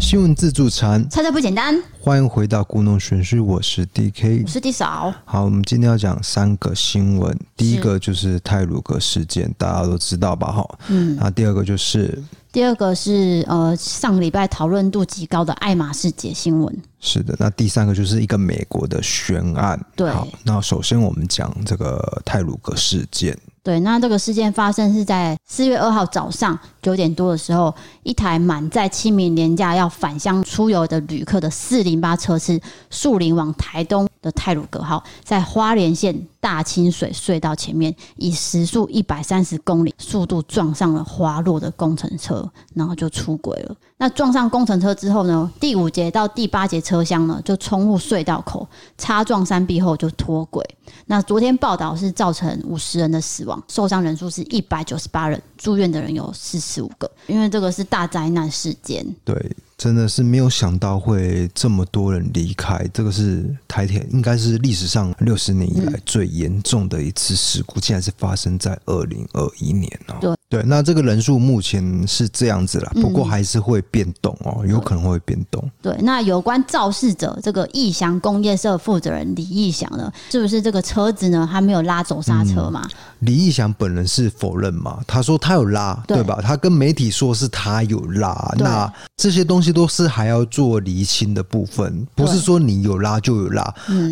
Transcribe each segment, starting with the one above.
新闻自助餐，菜菜不简单，欢迎回到故弄玄虚，我是 D K 我。是地嫂。好，我们今天要讲三个新闻，第一个就是泰鲁格事件，大家都知道吧？哈，嗯，那第二个就是第二个是呃上个礼拜讨论度极高的爱马仕节新闻，是的，那第三个就是一个美国的悬案。对好，那首先我们讲这个泰鲁格事件，对，那这个事件发生是在四月二号早上九点多的时候，一台满载清明廉价要返乡出游的旅客的四零八车次速临往台东的泰鲁格号，在花莲县大清水隧道前面，以时速一百三十公里速度撞上了滑落的工程车，然后就出轨了。那撞上工程车之后呢，第五节到第八节车厢呢就冲入隧道口，擦撞山壁后就脱轨。那昨天报道是造成五十人的死亡，受伤人数是一百九十八人，住院的人有四十五个。因为这个是大灾难事件，对，真的是没有想到会这么多人离开，这个是台铁应该是历史上六十年以来最严重的一次事故，竟然是发生在二零二一年哦、对对，那这个人数目前是这样子啦，不过还是会变动哦、有可能会变动。对。那有关肇事者这个义祥工业社负责人李义祥呢，是不是这个车子呢他没有拉走刹车嘛？李义祥本人是否认嘛？他说他有拉，对对吧？他跟媒体说是他有拉，对那这些东西都是还要做厘清的部分，不是对嗯说你有拉就有拉。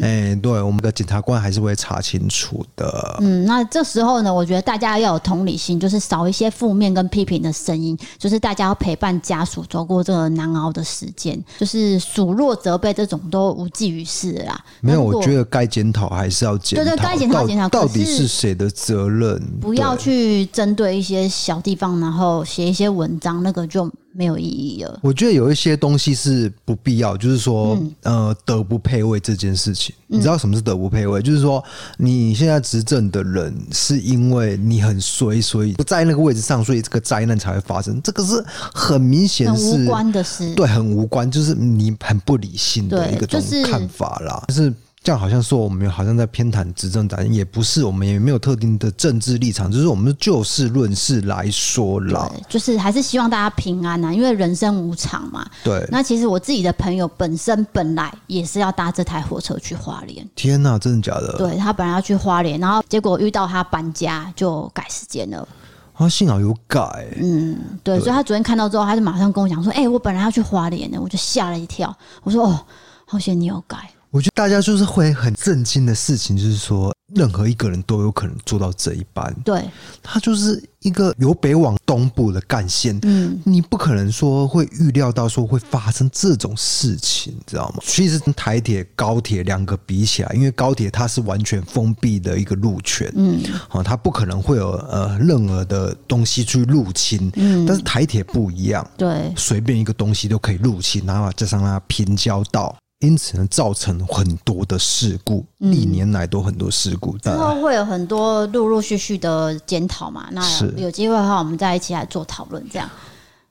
哎、对我们的检察官还是会查清楚的。嗯，那这时候呢，我觉得大家要有同理心，就是少一些负面跟批评的声音，就是大家要陪伴家属走过这个难熬的时间，就是数落责备这种都无济于事了啦。没有，那如果我觉得该检讨还是要检讨，对对该检讨到检讨到可底是是谁的责任？不要对去针对一些小地方，然后写一些文章，那个就没有意义了。我觉得有一些东西是不必要，就是说，嗯呃，德不配位这件事情，你知道什么是德不配位？就是说，你现在执政的人是因为你很衰，所以不在那个位置上，所以这个灾难才会发生。这个是很明显很无是关的事，对，很无关，就是你很不理性的对一个种就是看法啦，就是。这样好像说我们好像在偏袒执政党，也不是，我们也没有特定的政治立场，就是我们就事论事来说啦。对就是还是希望大家平安啊，因为人生无常嘛。对，那其实我自己的朋友本身本来也是要搭这台火车去花莲，天哪、真的假的？对他本来要去花莲，然后结果遇到他搬家就改时间了。嗯啊，幸好有改、对，所以他昨天看到之后，他就马上跟我讲说：“哎、我本来要去花莲的，我就吓了一跳。”我说：“哦，好险你有改。我觉得大家就是会很震惊的事情，就是说任何一个人都有可能做到这一班，”对，它就是一个由北往东部的干线。嗯，你不可能说会预料到说会发生这种事情，你知道吗？其实台铁、高铁两个比起来，因为高铁它是完全封闭的一个路权，嗯，好、它不可能会有呃任何的东西去入侵，嗯，但是台铁不一样，对，随便一个东西都可以入侵，然后加上它平交道，因此呢，造成很多的事故，历、年来都很多事故。之呃后会有很多陆陆续续的检讨嘛。那是有机会的话，我们再一起来做讨论。这样，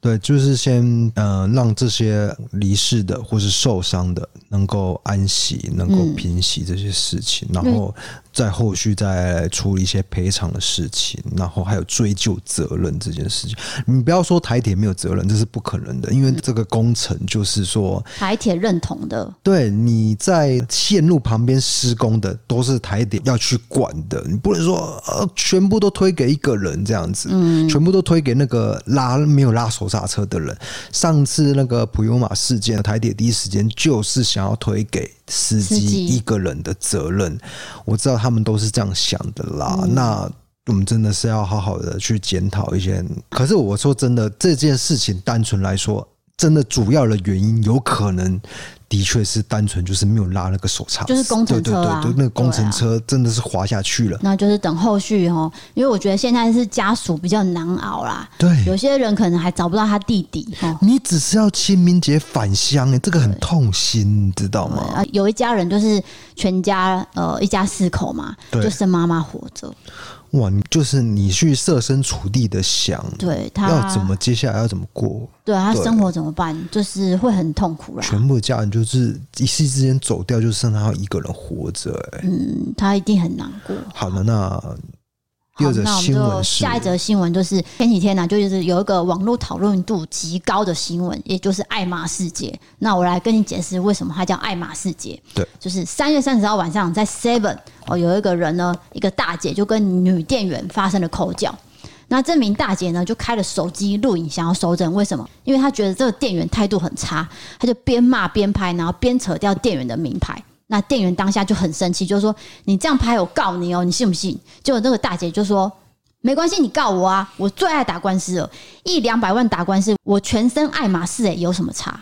对，就是先呃让这些离世的或是受伤的能够安息，能够平息这些事情，然后在后续再处理一些赔偿的事情，然后还有追究责任这件事情。你不要说台铁没有责任，这是不可能的，因为这个工程就是说台铁认同的，对，你在线路旁边施工的都是台铁要去管的，你不能说呃全部都推给一个人这样子，全部都推给那个拉没有拉手刹车的人。上次那个普悠玛事件，台铁第一时间就是想要推给司司机机一个人的责任，我知道他们都是这样想的啦。嗯那我们真的是要好好的去检讨一些。可是我说真的，这件事情单纯来说，真的主要的原因有可能的确是单纯就是没有拉那个手刹，就是工程车啊对对对对，那个工对啊程车真的是滑下去了。那就是等后续哦，因为我觉得现在是家属比较难熬啦。有对，些人可能还找不到他弟弟哦。你只是要清明节返乡、欸，这个很痛心，你知道吗？啊，有一家人就是全家呃一家四口嘛，对嗯就剩妈妈活着。哇，你就是你去设身处地的想，对啊他要怎么接下来要怎么过？对他对生活怎么办？就是会很痛苦啦。全部的家人就是一夕之间走掉，就剩他一个人活着、欸。嗯，他一定很难过。好了，那第好二，则那我们新就闻是下一则新闻就是前几天呢、就是有一个网络讨论度极高的新闻，也就是爱马仕节。那我来跟你解释为什么它叫爱马仕节。对，就是三月三十号晚上在 Seven 哦，有一个人呢，一个大姐就跟女店员发生了口角。那这名大姐呢，就开了手机录影，想要收证。为什么？因为她觉得这个店员态度很差，她就边骂边拍，然后边扯掉店员的名牌。那店员当下就很生气，就说：“你这样拍，我告你哦，你信不信？”结果那个大姐就说：“没关系，你告我啊，我最爱打官司了，一两百万打官司，我全身爱马仕、欸，有什么差？”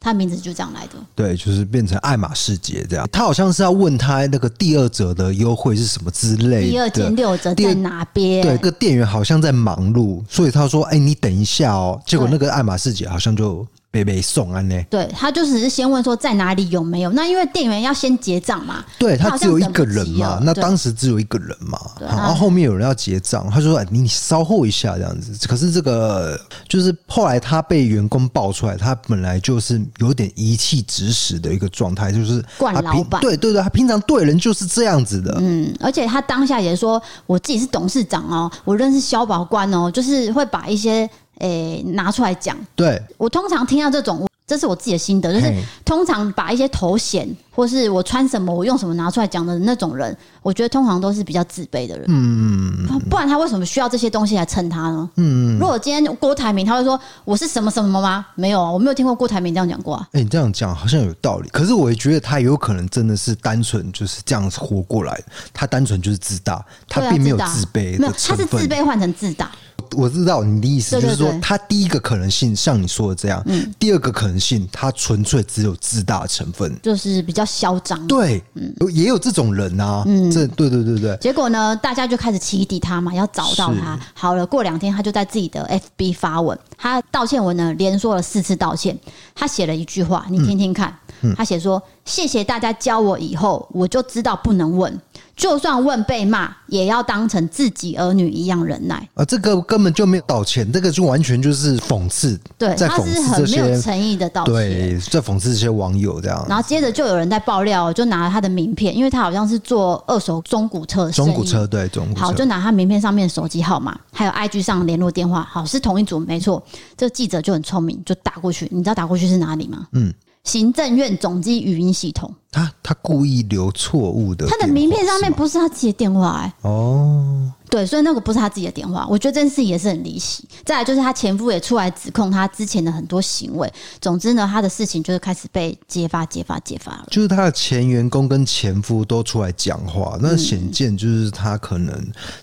她名字就这样来的。对，就是变成爱马仕节这样。他好像是要问他那个第二折的优惠是什么之类的。第二间六折第二在哪边？哎对，这个店员好像在忙碌，所以他说：“哎、你等一下哦。”结果那个爱马仕姐好像就被被送啊安呢。对，他就只是先问说在哪里有没有。那因为店员要先结账嘛，对他他好只像有一等个不人及哦嘛了，那对当时只有一个人嘛，对好然啊后后面有人要结账，他说：“哎你你稍后一下这样子。”可是这个就是后来他被员工爆出来，他本来就是有点一气指使的一个状态，就是惯他老平板对对对，他平常对人就是这样子的，嗯，而且他当下也说我自己是董事长哦，我认识消保官哦，就是会把一些诶、拿出来讲。对。我通常听到这种，这是我自己的心得，就是嘿通常把一些头衔或是我穿什么、我用什么拿出来讲的那种人，我觉得通常都是比较自卑的人。嗯，不然他为什么需要这些东西来衬他呢？嗯，如果今天郭台铭他会说我是什么什么吗？没有啊，我没有听过郭台铭这样讲过啊。哎、你这样讲好像有道理，可是我也觉得他有可能真的是单纯就是这样子活过来的，他单纯就是自大，对他啊并没有自大自卑没的，有他成是分。自卑换成自大。我知道你的意思，对对就是说对嗯他第一个可能性像你说的这样，第二个可能性他纯粹只有自大的成分。就是比较嚣张。对，嗯也有这种人啊，这对对对对，结果呢，大家就开始起底他嘛，要找到他。好了，过两天他就在自己的 FB 发文，他道歉文呢连说了四次道歉。他写了一句话，你听听看，嗯他写说：“谢谢大家教我，以后我就知道不能问，就算问被骂，也要当成自己儿女一样忍耐。”啊，这个根本就没有道歉，这个就完全就是讽刺，对，在他讽是刺很这没有些，诚意的道歉。对，在讽刺这些网友这样。然后接着就有人在爆料，就拿了他的名片，因为他好像是做二手中古车的生意，中古车对中古车，好，就拿他名片上面的手机号码，还有 IG 上的联络电话，好是同一组，没错。这记者就很聪明，就打过去。你知道打过去是哪里吗？嗯，行政院总机语音系统，他他故意留错误的电他话，的名片上面是吗不是他自己的电话、哎，哦，对，所以那个不是他自己的电话。我觉得这件事也是很离奇。再来就是他前夫也出来指控他之前的很多行为。总之呢，他的事情就是开始被揭发、揭发、揭发了。就是他的前员工跟前夫都出来讲话，嗯那显见就是他可能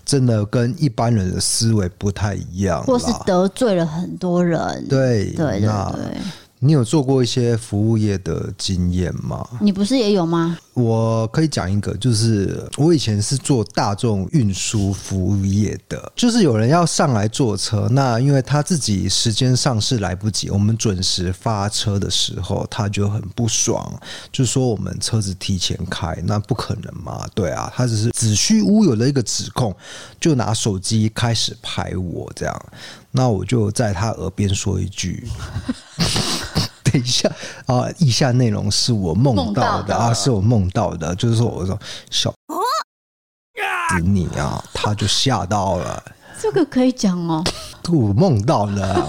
真的跟一般人的思维不太一样啦，或是得罪了很多人，对对对那对，你有做过一些服务业的经验吗？你不是也有吗？我可以讲一个，就是我以前是做大众运输服务业的，就是有人要上来坐车，那因为他自己时间上是来不及，我们准时发车的时候，他就很不爽，就说我们车子提前开，那不可能嘛？对啊，他只是子虚乌有的一个指控，就拿手机开始拍我这样，那我就在他耳边说一 句。等一下啊，以下内容是我梦梦到到的的啊，是我梦到的，就是说我说小死你啊，他就吓到了，这个可以讲哦、我梦到了啊。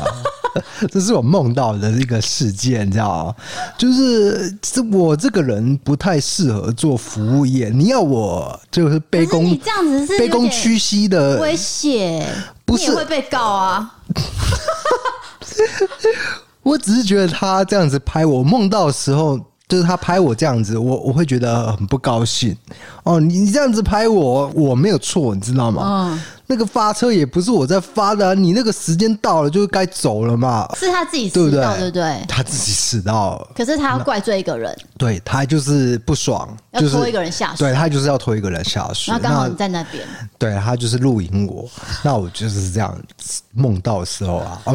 这是我梦到的一个事件，你知道吗？就是这我这个人不太适合做服务业，你要我就是卑可是你躬这样子是有卑点躬屈膝的威胁，不你也是会被告啊。我只是觉得他这样子拍我，梦到的时候就是他拍我这样子，我我会觉得很不高兴。哦，你你这样子拍我，我没有错，你知道吗？嗯，那个发车也不是我在发的啊、你那个时间到了就该走了嘛，是他自己对不知道，对不对？他自己迟到了，可是他要怪罪一个人，对他就是不爽，要就是拖一个人下水对他就是要拖一个人下水。然后刚好那你在那边，对他就是录影我，那我就是这样梦到的时候啊，啊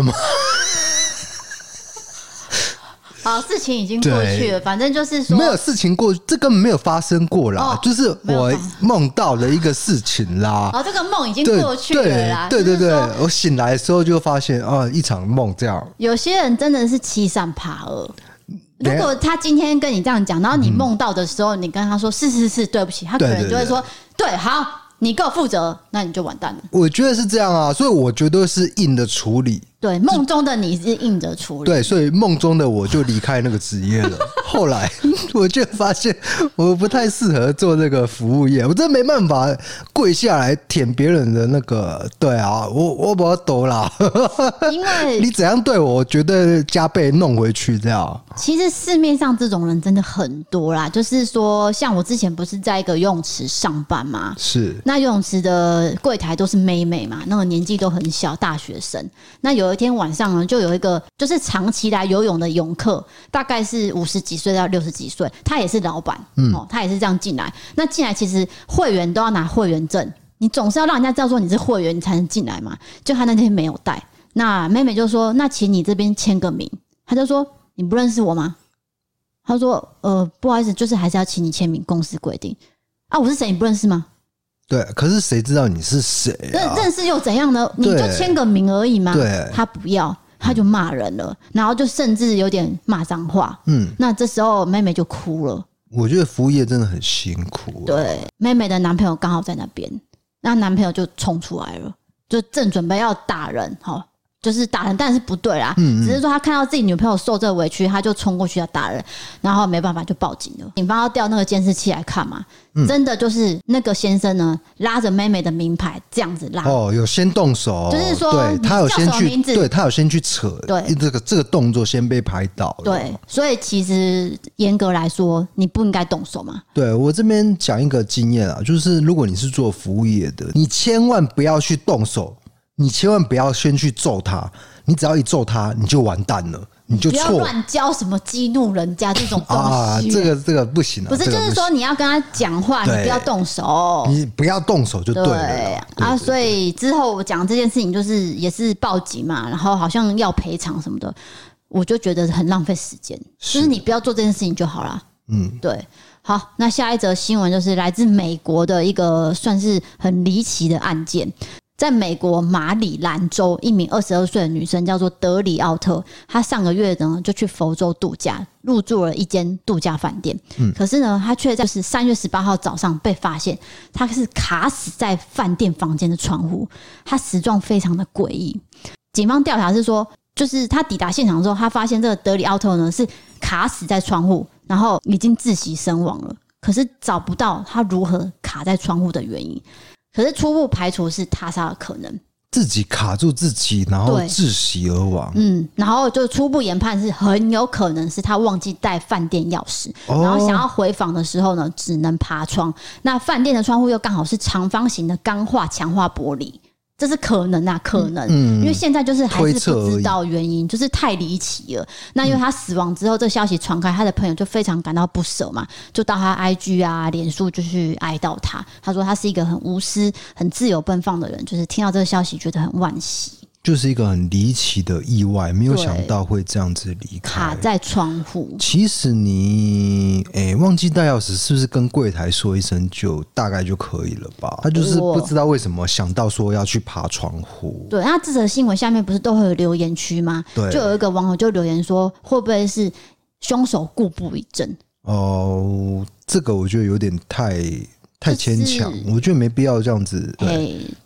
好，事情已经过去了，反正就是说没，有事情过，这根本没有发生过啦，哦就是没有我吧梦到了一个事情啦。哦，这个梦已经对过去了啦。对对就是对说，我醒来的时候就发现啊，一场梦这样。有些人真的是欺善怕恶。如等一下果他今天跟你这样讲，然后你梦到的时候，你跟他说是是是，对不起，他嗯可对能对就会对说对，好，你给我负责，那你就完蛋了。我觉得是这样啊，所以我觉得是硬的处理。对，梦中的你是硬着处理。对，所以梦中的我就离开那个职业 了。后来我就发现我不太适合做这个服务业，我真没办法跪下来舔别人的那个。对啊，我我把它抖啦，因 为你怎样对我，我绝对加倍弄回去这样。其实市面上这种人真的很多啦，就是说，像我之前不是在一个游泳池上班嘛，是那游泳池的柜台都是妹妹嘛，那个年纪都很小，大学生。那有一天晚上呢，就有一个就是长期来游泳的泳客，大概是五十几岁到六十几岁，他也是老板，哦，他也是这样进来。那进来其实会员都要拿会员证，你总是要让人家知道说你是会员，你才能进来嘛。就他那天没有带，那妹妹就说：“那请你这边签个名。”他就说：“你不认识我吗？”他说：“呃，不好意思，就是还是要请你签名，公司规定。”啊，我是谁？你不认识吗？对，可是谁知道你是谁认啊？认识又怎样呢？你对就签个名而已嘛。对他不要，他就骂人了，然后就甚至有点骂脏话。嗯，那这时候妹妹就哭了。我觉得服务业真的很辛苦、啊。对，妹妹的男朋友刚好在那边，那男朋友就冲出来了，就正准备要打人，哈、就是打人，但是不对啦，嗯只是说他看到自己女朋友受这委屈，他就冲过去要打人，然后没办法就报警了。警方要调那个监视器来看嘛，嗯真的就是那个先生呢拉着妹妹的名牌这样子拉哦，有先动手，就是说对他有先叫什么去，名字对他有先去扯，对这个这个动作先被拍到了。对，所以其实严格来说，你不应该动手嘛。对我这边讲一个经验啊，就是如果你是做服务业的，你千万不要去动手，你千万不要先去揍他，你只要一揍他，你就完蛋了，你就不要错乱教什么激怒人家这种东西。啊！这个这个不行啊，不是，这个就是行说你要跟他讲话，你对不要动手。你不要动手就对了啦。对啊，所以之后我讲这件事情，就是也是报警嘛，然后好像要赔偿什么的，我就觉得很浪费时间。就是你不要做这件事情就好了。嗯，对。好，那下一则新闻就是来自美国的一个算是很离奇的案件。在美国马里兰州，一名二十二岁的女生叫做德里奥特，她上个月呢就去佛州度假，入住了一间度假饭店。可是呢，她却在是三月十八号早上被发现，她是卡死在饭店房间的窗户，她死状非常的诡异。警方调查是说，就是他抵达现场之后，他发现这个德里奥特呢是卡死在窗户，然后已经窒息身亡了。可是找不到他如何卡在窗户的原因，可是初步排除是他杀的可能。自己卡住自己，然后对窒息而亡。嗯，然后就初步研判是很有可能是他忘记带饭店钥匙，哦然后想要回访的时候呢，只能爬窗。那饭店的窗户又刚好是长方形的钢化强化玻璃，这是可能啊，可能，因为现在就是还是推测不而已知道原因，就是太离奇了。那因为他死亡之后，这消息传开，他的朋友就非常感到不舍嘛，就到他 IG 啊、脸书就去哀悼他。他说他是一个很无私、很自由奔放的人，就是听到这个消息觉得很惋惜。就是一个很离奇的意外，没有对想到会这样子离卡开。在窗户，其实你诶、忘记带钥匙，是不是跟柜台说一声就大概就可以了吧？他就是我不知道为什么想到说要去爬窗户，对，那这则新闻下面不是都会有留言区吗？对就有一个网友就留言说，会不会是凶手故布疑阵？哦、这个我觉得有点太太牵强，我觉得没必要这样子。对哎，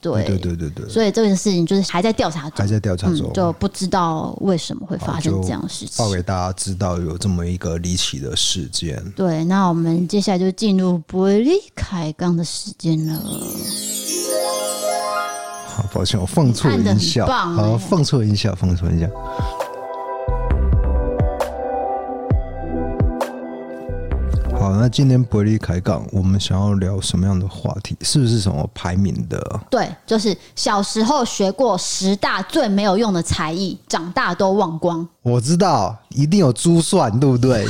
对对对对对，所以这件事情就是还在调查还中，在调查中嗯，，就不知道为什么会发生就这样的事情报。给大家知道有这么一个离奇的事件。对，那我们接下来就进入伯利开杠的时间了。好，抱歉，我放错你按得音效，很棒好，哎放错音效，放错音效。好，那今天伯利开杠，我们想要聊什么样的话题？是不是什么排名的？对，就是小时候学过十大最没有用的才艺，长大都忘光。我知道，一定有珠算，对不 对？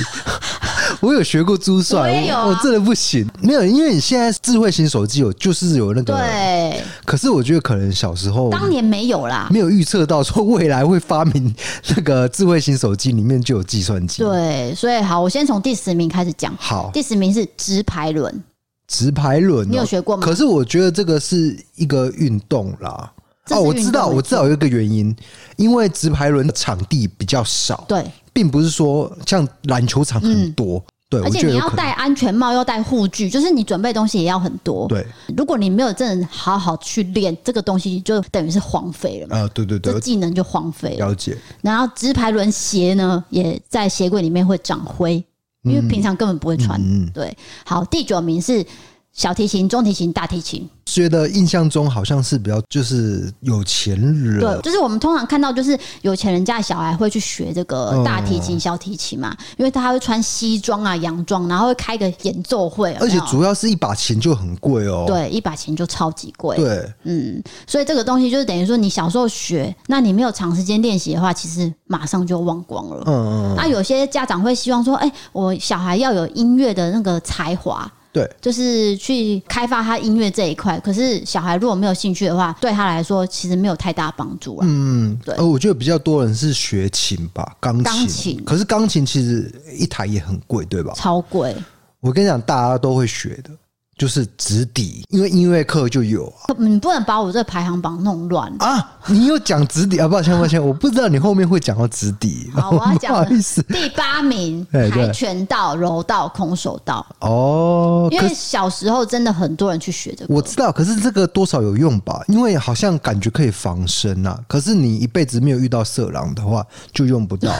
我有学过珠算，我也有啊我真的不行。没有，因为你现在智慧型手机有，就是有那个。对，可是我觉得可能小时候当年没有啦。没有预测到说未来会发明那个智慧型手机里面就有计算机。对，所以好，我先从第十名开始讲。好，第十名是直排轮，直排轮、哦，你有学过吗可是我觉得这个是一个运动啦。这是哦，我运知道，动没我知道有一个原因，因为直排轮的场地比较少，对，嗯并不是说像篮球场很多。对，而我且觉得你有要可能戴安全帽，要戴护具，就是你准备的东西也要很多。，对，如果你没有真的好好去练这个东西，就等于是荒废了嘛，呃，对对对这，技能就荒废了。了解，然后直排轮鞋呢，也在鞋柜里面会长灰，因为平常根本不会穿。嗯嗯，对，好，第九名是小提琴、中提琴、大提琴。觉得印象中好像是比较就是有钱人，对，就是我们通常看到，就是有钱人家的小孩会去学这嗯个大提琴、小提琴嘛，因为他会穿西装啊、洋装，然后会开个演奏会，有而没且有主要是一把琴就很贵哦，对一把琴就超级贵。对嗯，所以这个东西就是等于说，你小时候学，那你没有长时间练习的话，其实马上就忘光了。嗯嗯，那、有些家长会希望说，哎、我小孩要有音乐的那个才华，对，就是去开发他音乐这一块。可是小孩如果没有兴趣的话，对他来说其实没有太大帮助啊。嗯，对呃，我觉得比较多人是学琴吧，钢钢琴可是钢琴其实一台也很贵，对吧？超贵，我跟你讲，大家都会学的，就是直笛，因为音乐课就有啊。不你不能把我这排行榜弄乱。啊，你又讲直笛啊？抱歉，抱歉，我不知道你后面会讲到直笛，好我要 讲不了好意思第八名，哎对跆拳道、柔道、空手道，哦。因可为是小时候真的很多人去学这我个。知道，可是这个多少有用吧？因为好像感觉可以防身啊。可是你一辈子没有遇到色狼的话，就用不到。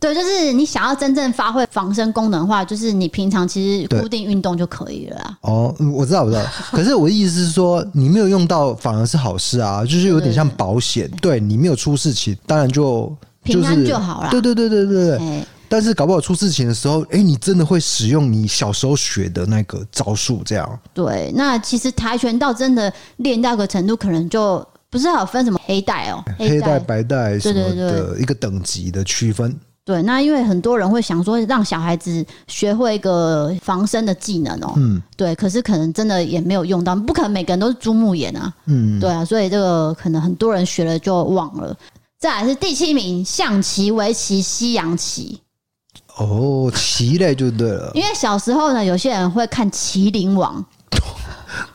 对，就是你想要真正发挥防身功能的话，就是你平常其实对固定运动就可以了啊啦。哦，嗯我知道，我知道。 可是我的意思是说，你没有用到反而是好事啊，就是有点像保险。对你没有出事情，当然就平安是就好啦对对对对对对。哎，但是搞不好出事情的时候，哎、你真的会使用你小时候学的那个招数，这样。对，那其实跆拳道真的练到个程度，可能就不是还有分什么黑带哦、哎黑带、白带什么对对的一个等级的区分，对，那因为很多人会想说，让小孩子学会一个防身的技能哦、嗯，对，可是可能真的也没有用到，不可能每个人都是珠穆眼啊，嗯，对啊，所以这个可能很多人学了就忘了。再来是第七名，象棋、围棋、西洋棋。哦，棋类就对了。因为小时候呢，有些人会看《麒麟王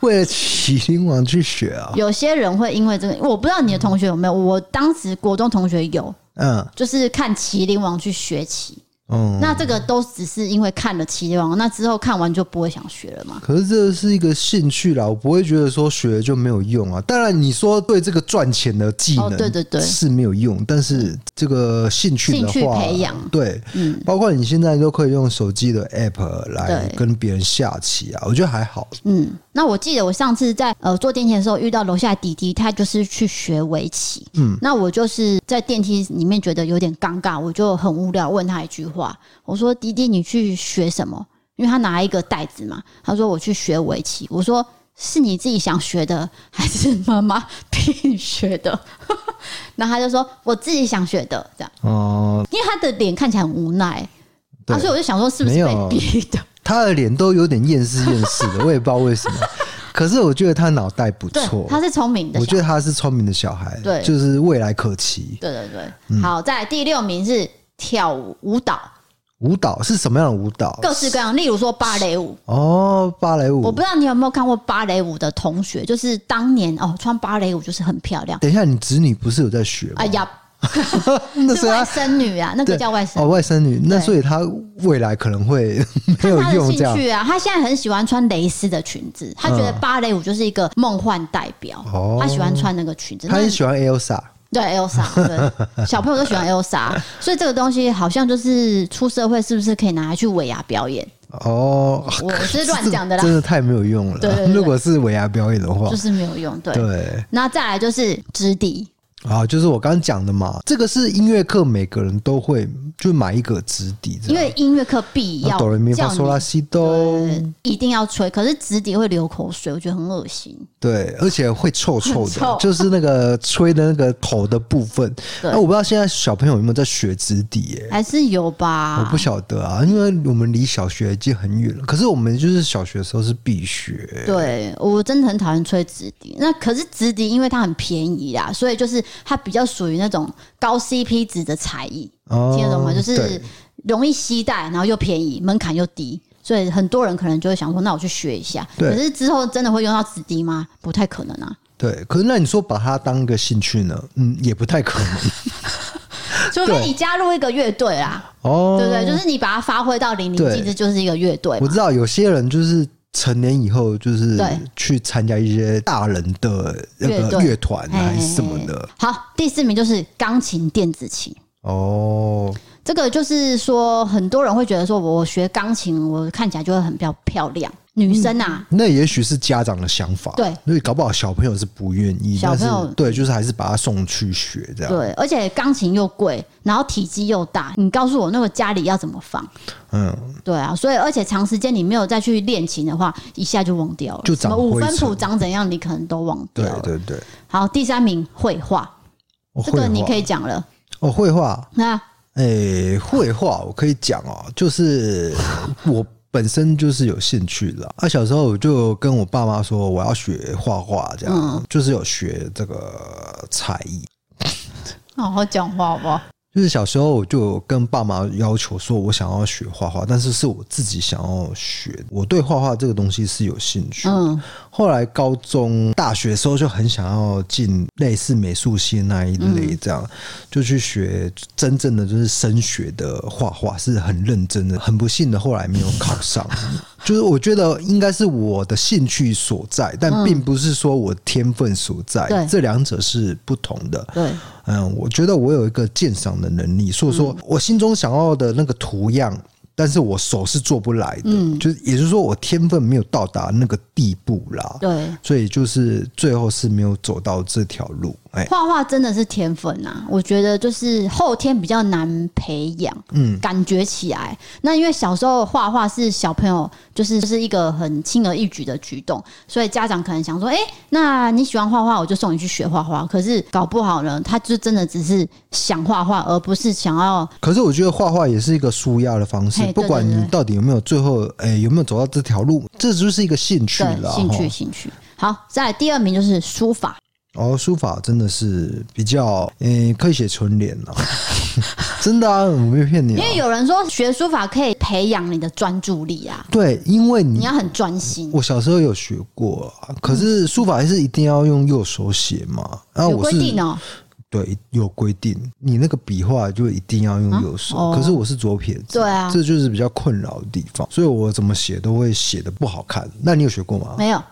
为了麒麟王去学啊》，，有些人会因为这个，我不知道你的同学有没有，我当时国中同学有，嗯就是看《麒麟王》去学棋。嗯。那这个都只是因为看了《麒麟王》，那之后看完就不会想学了嘛？可是这是一个兴趣啦，我不会觉得说学了就没有用啊。当然，你说对这个赚钱的技能，哦对对对是没有用，但是这个兴趣的话，兴趣培养对，嗯，包括你现在都可以用手机的 app 来对跟别人下棋啊，我觉得还好。嗯，那我记得我上次在呃坐电梯的时候遇到楼下的弟弟，他就是去学围棋。嗯，那我就是在电梯里面觉得有点尴尬，我就很无聊，问他一句话，我说：“弟弟，你去学什么？”因为他拿一个袋子嘛，他说：“我去学围棋。”我说：“是你自己想学的，还是妈妈 逼你学的？” 然后他就说：“我自己想学的。”这样，哦、因为他的脸看起来很无奈，啊，所以对，我就想说是不是没有被逼的？他的脸都有点厌世厌世的，我也不知道为什 么。可是我觉得他脑袋不对错，，他是聪明的我小觉得孩。他是聪明的小孩，对就是未来可期。对对对，嗯好，再来第六名是跳舞舞蹈，舞蹈是什么样的舞蹈？各式各样，例如说芭蕾舞。哦，芭蕾舞。我不知道你有没有看过芭蕾舞的同学，就是当年哦，穿芭蕾舞就是很漂亮。等一下，你侄女不是有在学吗？哎呀， 那是所以外她甥女啊，那个对叫外甥哦，女。外甥女，那对所以她未来可能会 没看有她的用这兴样。趣啊，她现在很喜欢穿蕾丝的裙子，她觉得嗯芭蕾舞就是一个梦幻代表哦。她喜欢穿那个裙子，她那很喜欢 Elsa，对 Elsa，对小朋友都喜欢 Elsa，所以这个东西好像就是出社会是不是可以拿来去尾牙表演？哦，我是乱讲的啦真的太没有用了。对对对如果是尾牙表演的话，就是没有用。对，对那再来就是直笛，啊，就是我刚刚讲的嘛，这个是音乐课，每个人都会就买一个直笛这样，因为音乐课必要啊哆来咪叫发嗦拉你西哆，对一定要吹，可是直笛会流口水，我觉得很恶心。对，而且会臭臭的，很臭就是那个吹的那个口的部分。 对那、我不知道现在小朋友有没有在学直笛耶、还是有我吧不，晓得啊，因为我们离小学已经很远了。可是我们就是小学的时候是必学，对我真的很讨厌吹直笛。那可是直笛，因为它很便宜啦，所以就是它比较属于那种高 CP 值的才艺，哦听得懂吗？就是对容易携带，然后又便宜，门槛又低。所以很多人可能就会想说，那我去学一下。对可是之后真的会用到直笛吗？不太可能啊。 对。可是那你说把它当一个兴趣呢？嗯，也不太可能。除非你加入一个乐队啊啦，哦，对不对？就是你把它发挥到淋漓尽致，对就是一个乐队我嘛知。道有些人就是成年以后，就是对去参加一些大人的那乐个队乐团啊还是什么嘿嘿的嘿好，第四名就是钢琴电子琴。哦。这个就是说，很多人会觉得说，我我学钢琴，我看起来就会很比较漂亮。女生啊，那也许是家长的想法，对，因为搞不好小朋友是不愿意，小但是朋友对，就是还是把他送去学这样，对，而且钢琴又贵，然后体积又大，你告诉我那个家里要怎么放？嗯，对啊，所以而且长时间你没有再去练琴的话，一下就忘掉了，就什长么五灰分谱尘长怎样，你可能都忘对掉了。对对。好，第三名绘画，哦这个你可以以讲了。哦，绘画，那诶、绘画哎我可以讲哦，就是我本身就是有兴趣的啦。啊，小时候我就跟我爸妈说我要学画画，这样、嗯就是有学这个才艺。哦好好讲话好不好？就是小时候我就跟爸妈要求说，我想要学画画，但是是我自己想要学。我对画画这个东西是有兴趣。嗯后来高中、大学的时候就很想要进类似美术系那一类，这嗯样、就去学真正的就是升学的画画，是很认真的。很不幸的，后来没有考 上。就是我觉得应该是我的兴趣所在，但并不是说我天分所在，嗯对这两者是不同的。对，嗯，我觉得我有一个鉴赏的能力，所以说嗯我心中想要的那个图样，但是我手是做不来的，嗯就是也就是说我天分没有到达那个地步啦，对，所以就是最后是没有走到这条路，哎、画画真的是天分啊！我觉得就是后天比较难培养，嗯，感觉起来。那因为小时候画画是小朋友，就是就是一个很轻而易举的举动，所以家长可能想说，哎、那你喜欢画画，我就送你去学画画。可是搞不好呢，他就真的只是想画画，而不是想要可是我觉得画画也是一个舒压的方式嘿，对不管对对嗯你到底有没有最后，哎、有没有走到这条路，这就是一个兴趣对啦。兴趣齁兴趣。好，再来第二名就是书法，哦，书法真的是比 较，哎、可以写春联啊，真的啊，我没有骗你、啊因，为有人说学书法可以培养你的专注力啊，对，因为你你要很专心。嗯我小时候有学过啊，可是书法还是一定要用右手写嘛。然后有我规是定哦、对有规定，你那个笔画就一定要用右手。啊哦可是我是左撇子，对啊这就是比较困扰的地方，所以我怎么写都会写的不好看。那你有学过吗？没有，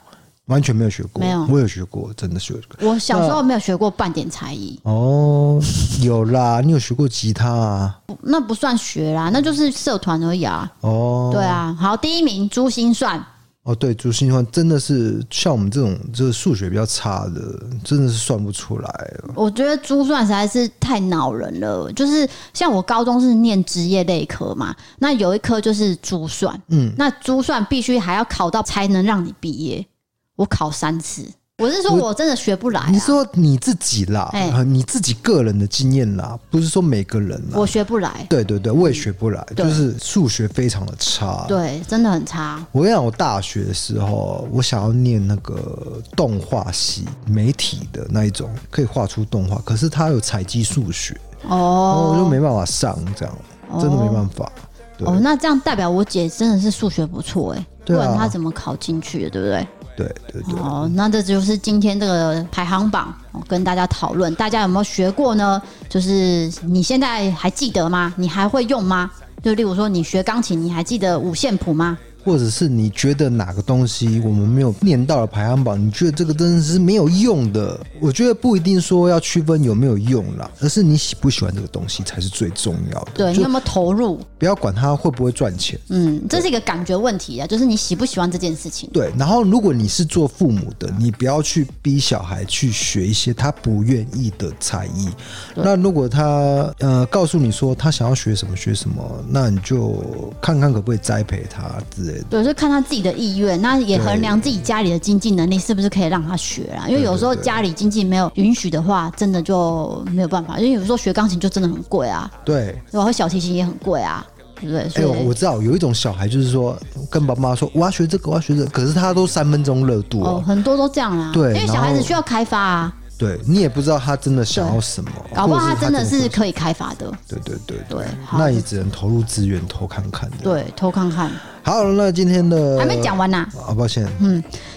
完全没有学过，没有我有学过，真的学过。我小时候没有学过半点才艺，哦，有啦，你有学过吉他啊？那不算学啦，那就是社团而已啊。嗯哦，对，啊，好，第一名珠心算，哦，对，珠心算真的是像我们这种就是数学比较差的，真的是算不出来。我觉得珠算实在是太恼人了。就是像我高中是念职业类科嘛，那有一科就是珠算，嗯，那珠算必须还要考到才能让你毕业，我考三次，我是说我真的学不来、啊，你说你自己啦，哎啊你自己个人的经验啦，不是说每个人啦我。学不来，对对对，我也学不来，对就是数学非常的差。，对，真的很差。我跟你讲，我大学的时候，我想要念那个动画系，媒体的那一种，可以画出动画，可是它有采集数学，然后我就哦没办法上，这样真的没办法。对、哦，那这样代表我姐真的是数学不错哎、不对啊然她怎么考进去的，对不对？对对对，哦，那这就是今天这个排行榜，我跟大家讨论，大家有没有学过呢？就是你现在还记得吗？你还会用吗？就例如说，你学钢琴，你还记得五线谱吗？或者是你觉得哪个东西我们没有念到的排行榜，你觉得这个真的是没有用的？我觉得不一定说要区分有没有用啦，而是你喜不喜欢这个东西才是最重要的。对你就有没有投入？不要管它会不会赚钱。嗯，这是一个感觉问题啊，就是你喜不喜欢这件事情。对，然后如果你是做父母嗯的，你不要去逼小孩去学一些他不愿意的才艺。那如果他呃告诉你说他想要学什么学什么，那你就看看可不可以栽培他之类的。对，就看他自己的意愿，那也对衡量自己家里的经济能力是不是可以让他学啦。因为有时候对对家里经济没有允许的话，真的就没有办法。因为有时候学钢琴就真的很贵啊，对，然后小提琴也很贵啊，对不对？所哎、以、呦，我知道有一种小孩就是说跟爸妈说我要学这个，我要学这个，可是他都三分钟热度哦哦，。很多都这样啦。对因为小然后孩子需要开发啊，对你也不知道他真的想要什么，搞不好或他者真的会是可以开发的。对对对对好那也只能投入资源偷看看的。对，偷看看，好，那今天的还没讲完呢、嗯啊，抱歉，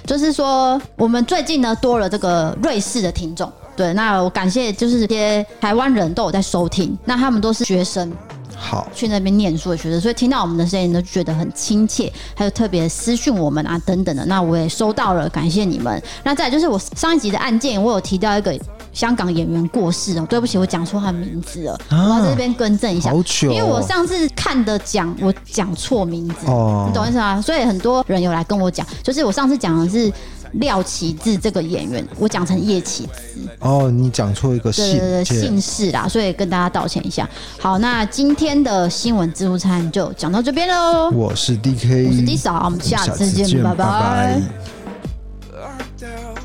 就是说，我们最近呢多了这个瑞士的听众，对，那我感谢就是这些台湾人都有在收听，那他们都是学生，好，去那边念书的学生，所以听到我们的声音都觉得很亲切，还有特别私讯我们啊等等的，那我也收到了，感谢你们。那再来就是我上一集的案件，我有提到一个香港演员过世哦，对不起，我讲错他的名字了，啊我要在这边更正一下。 好久因哦，为我上次看的讲，我讲错名字，哦你懂我意思吗？啊所以很多人有来跟我讲，就是我上次讲的是廖启智这个演员，我讲成叶启哦，你讲错一个对信对对，件姓氏啦，所以跟大家道歉一下。好，那今天的新闻自助餐就讲到这边喽。我是 D K，我是 D 嫂我们下次见拜拜拜 Locked down,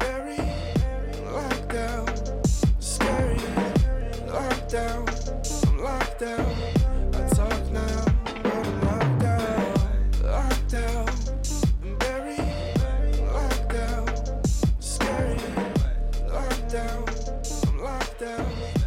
very locked down, scary, locked down, I'm locked down. I talk now, but I'm locked down, locked down, very locked down, scary, locked down, I'm locked down.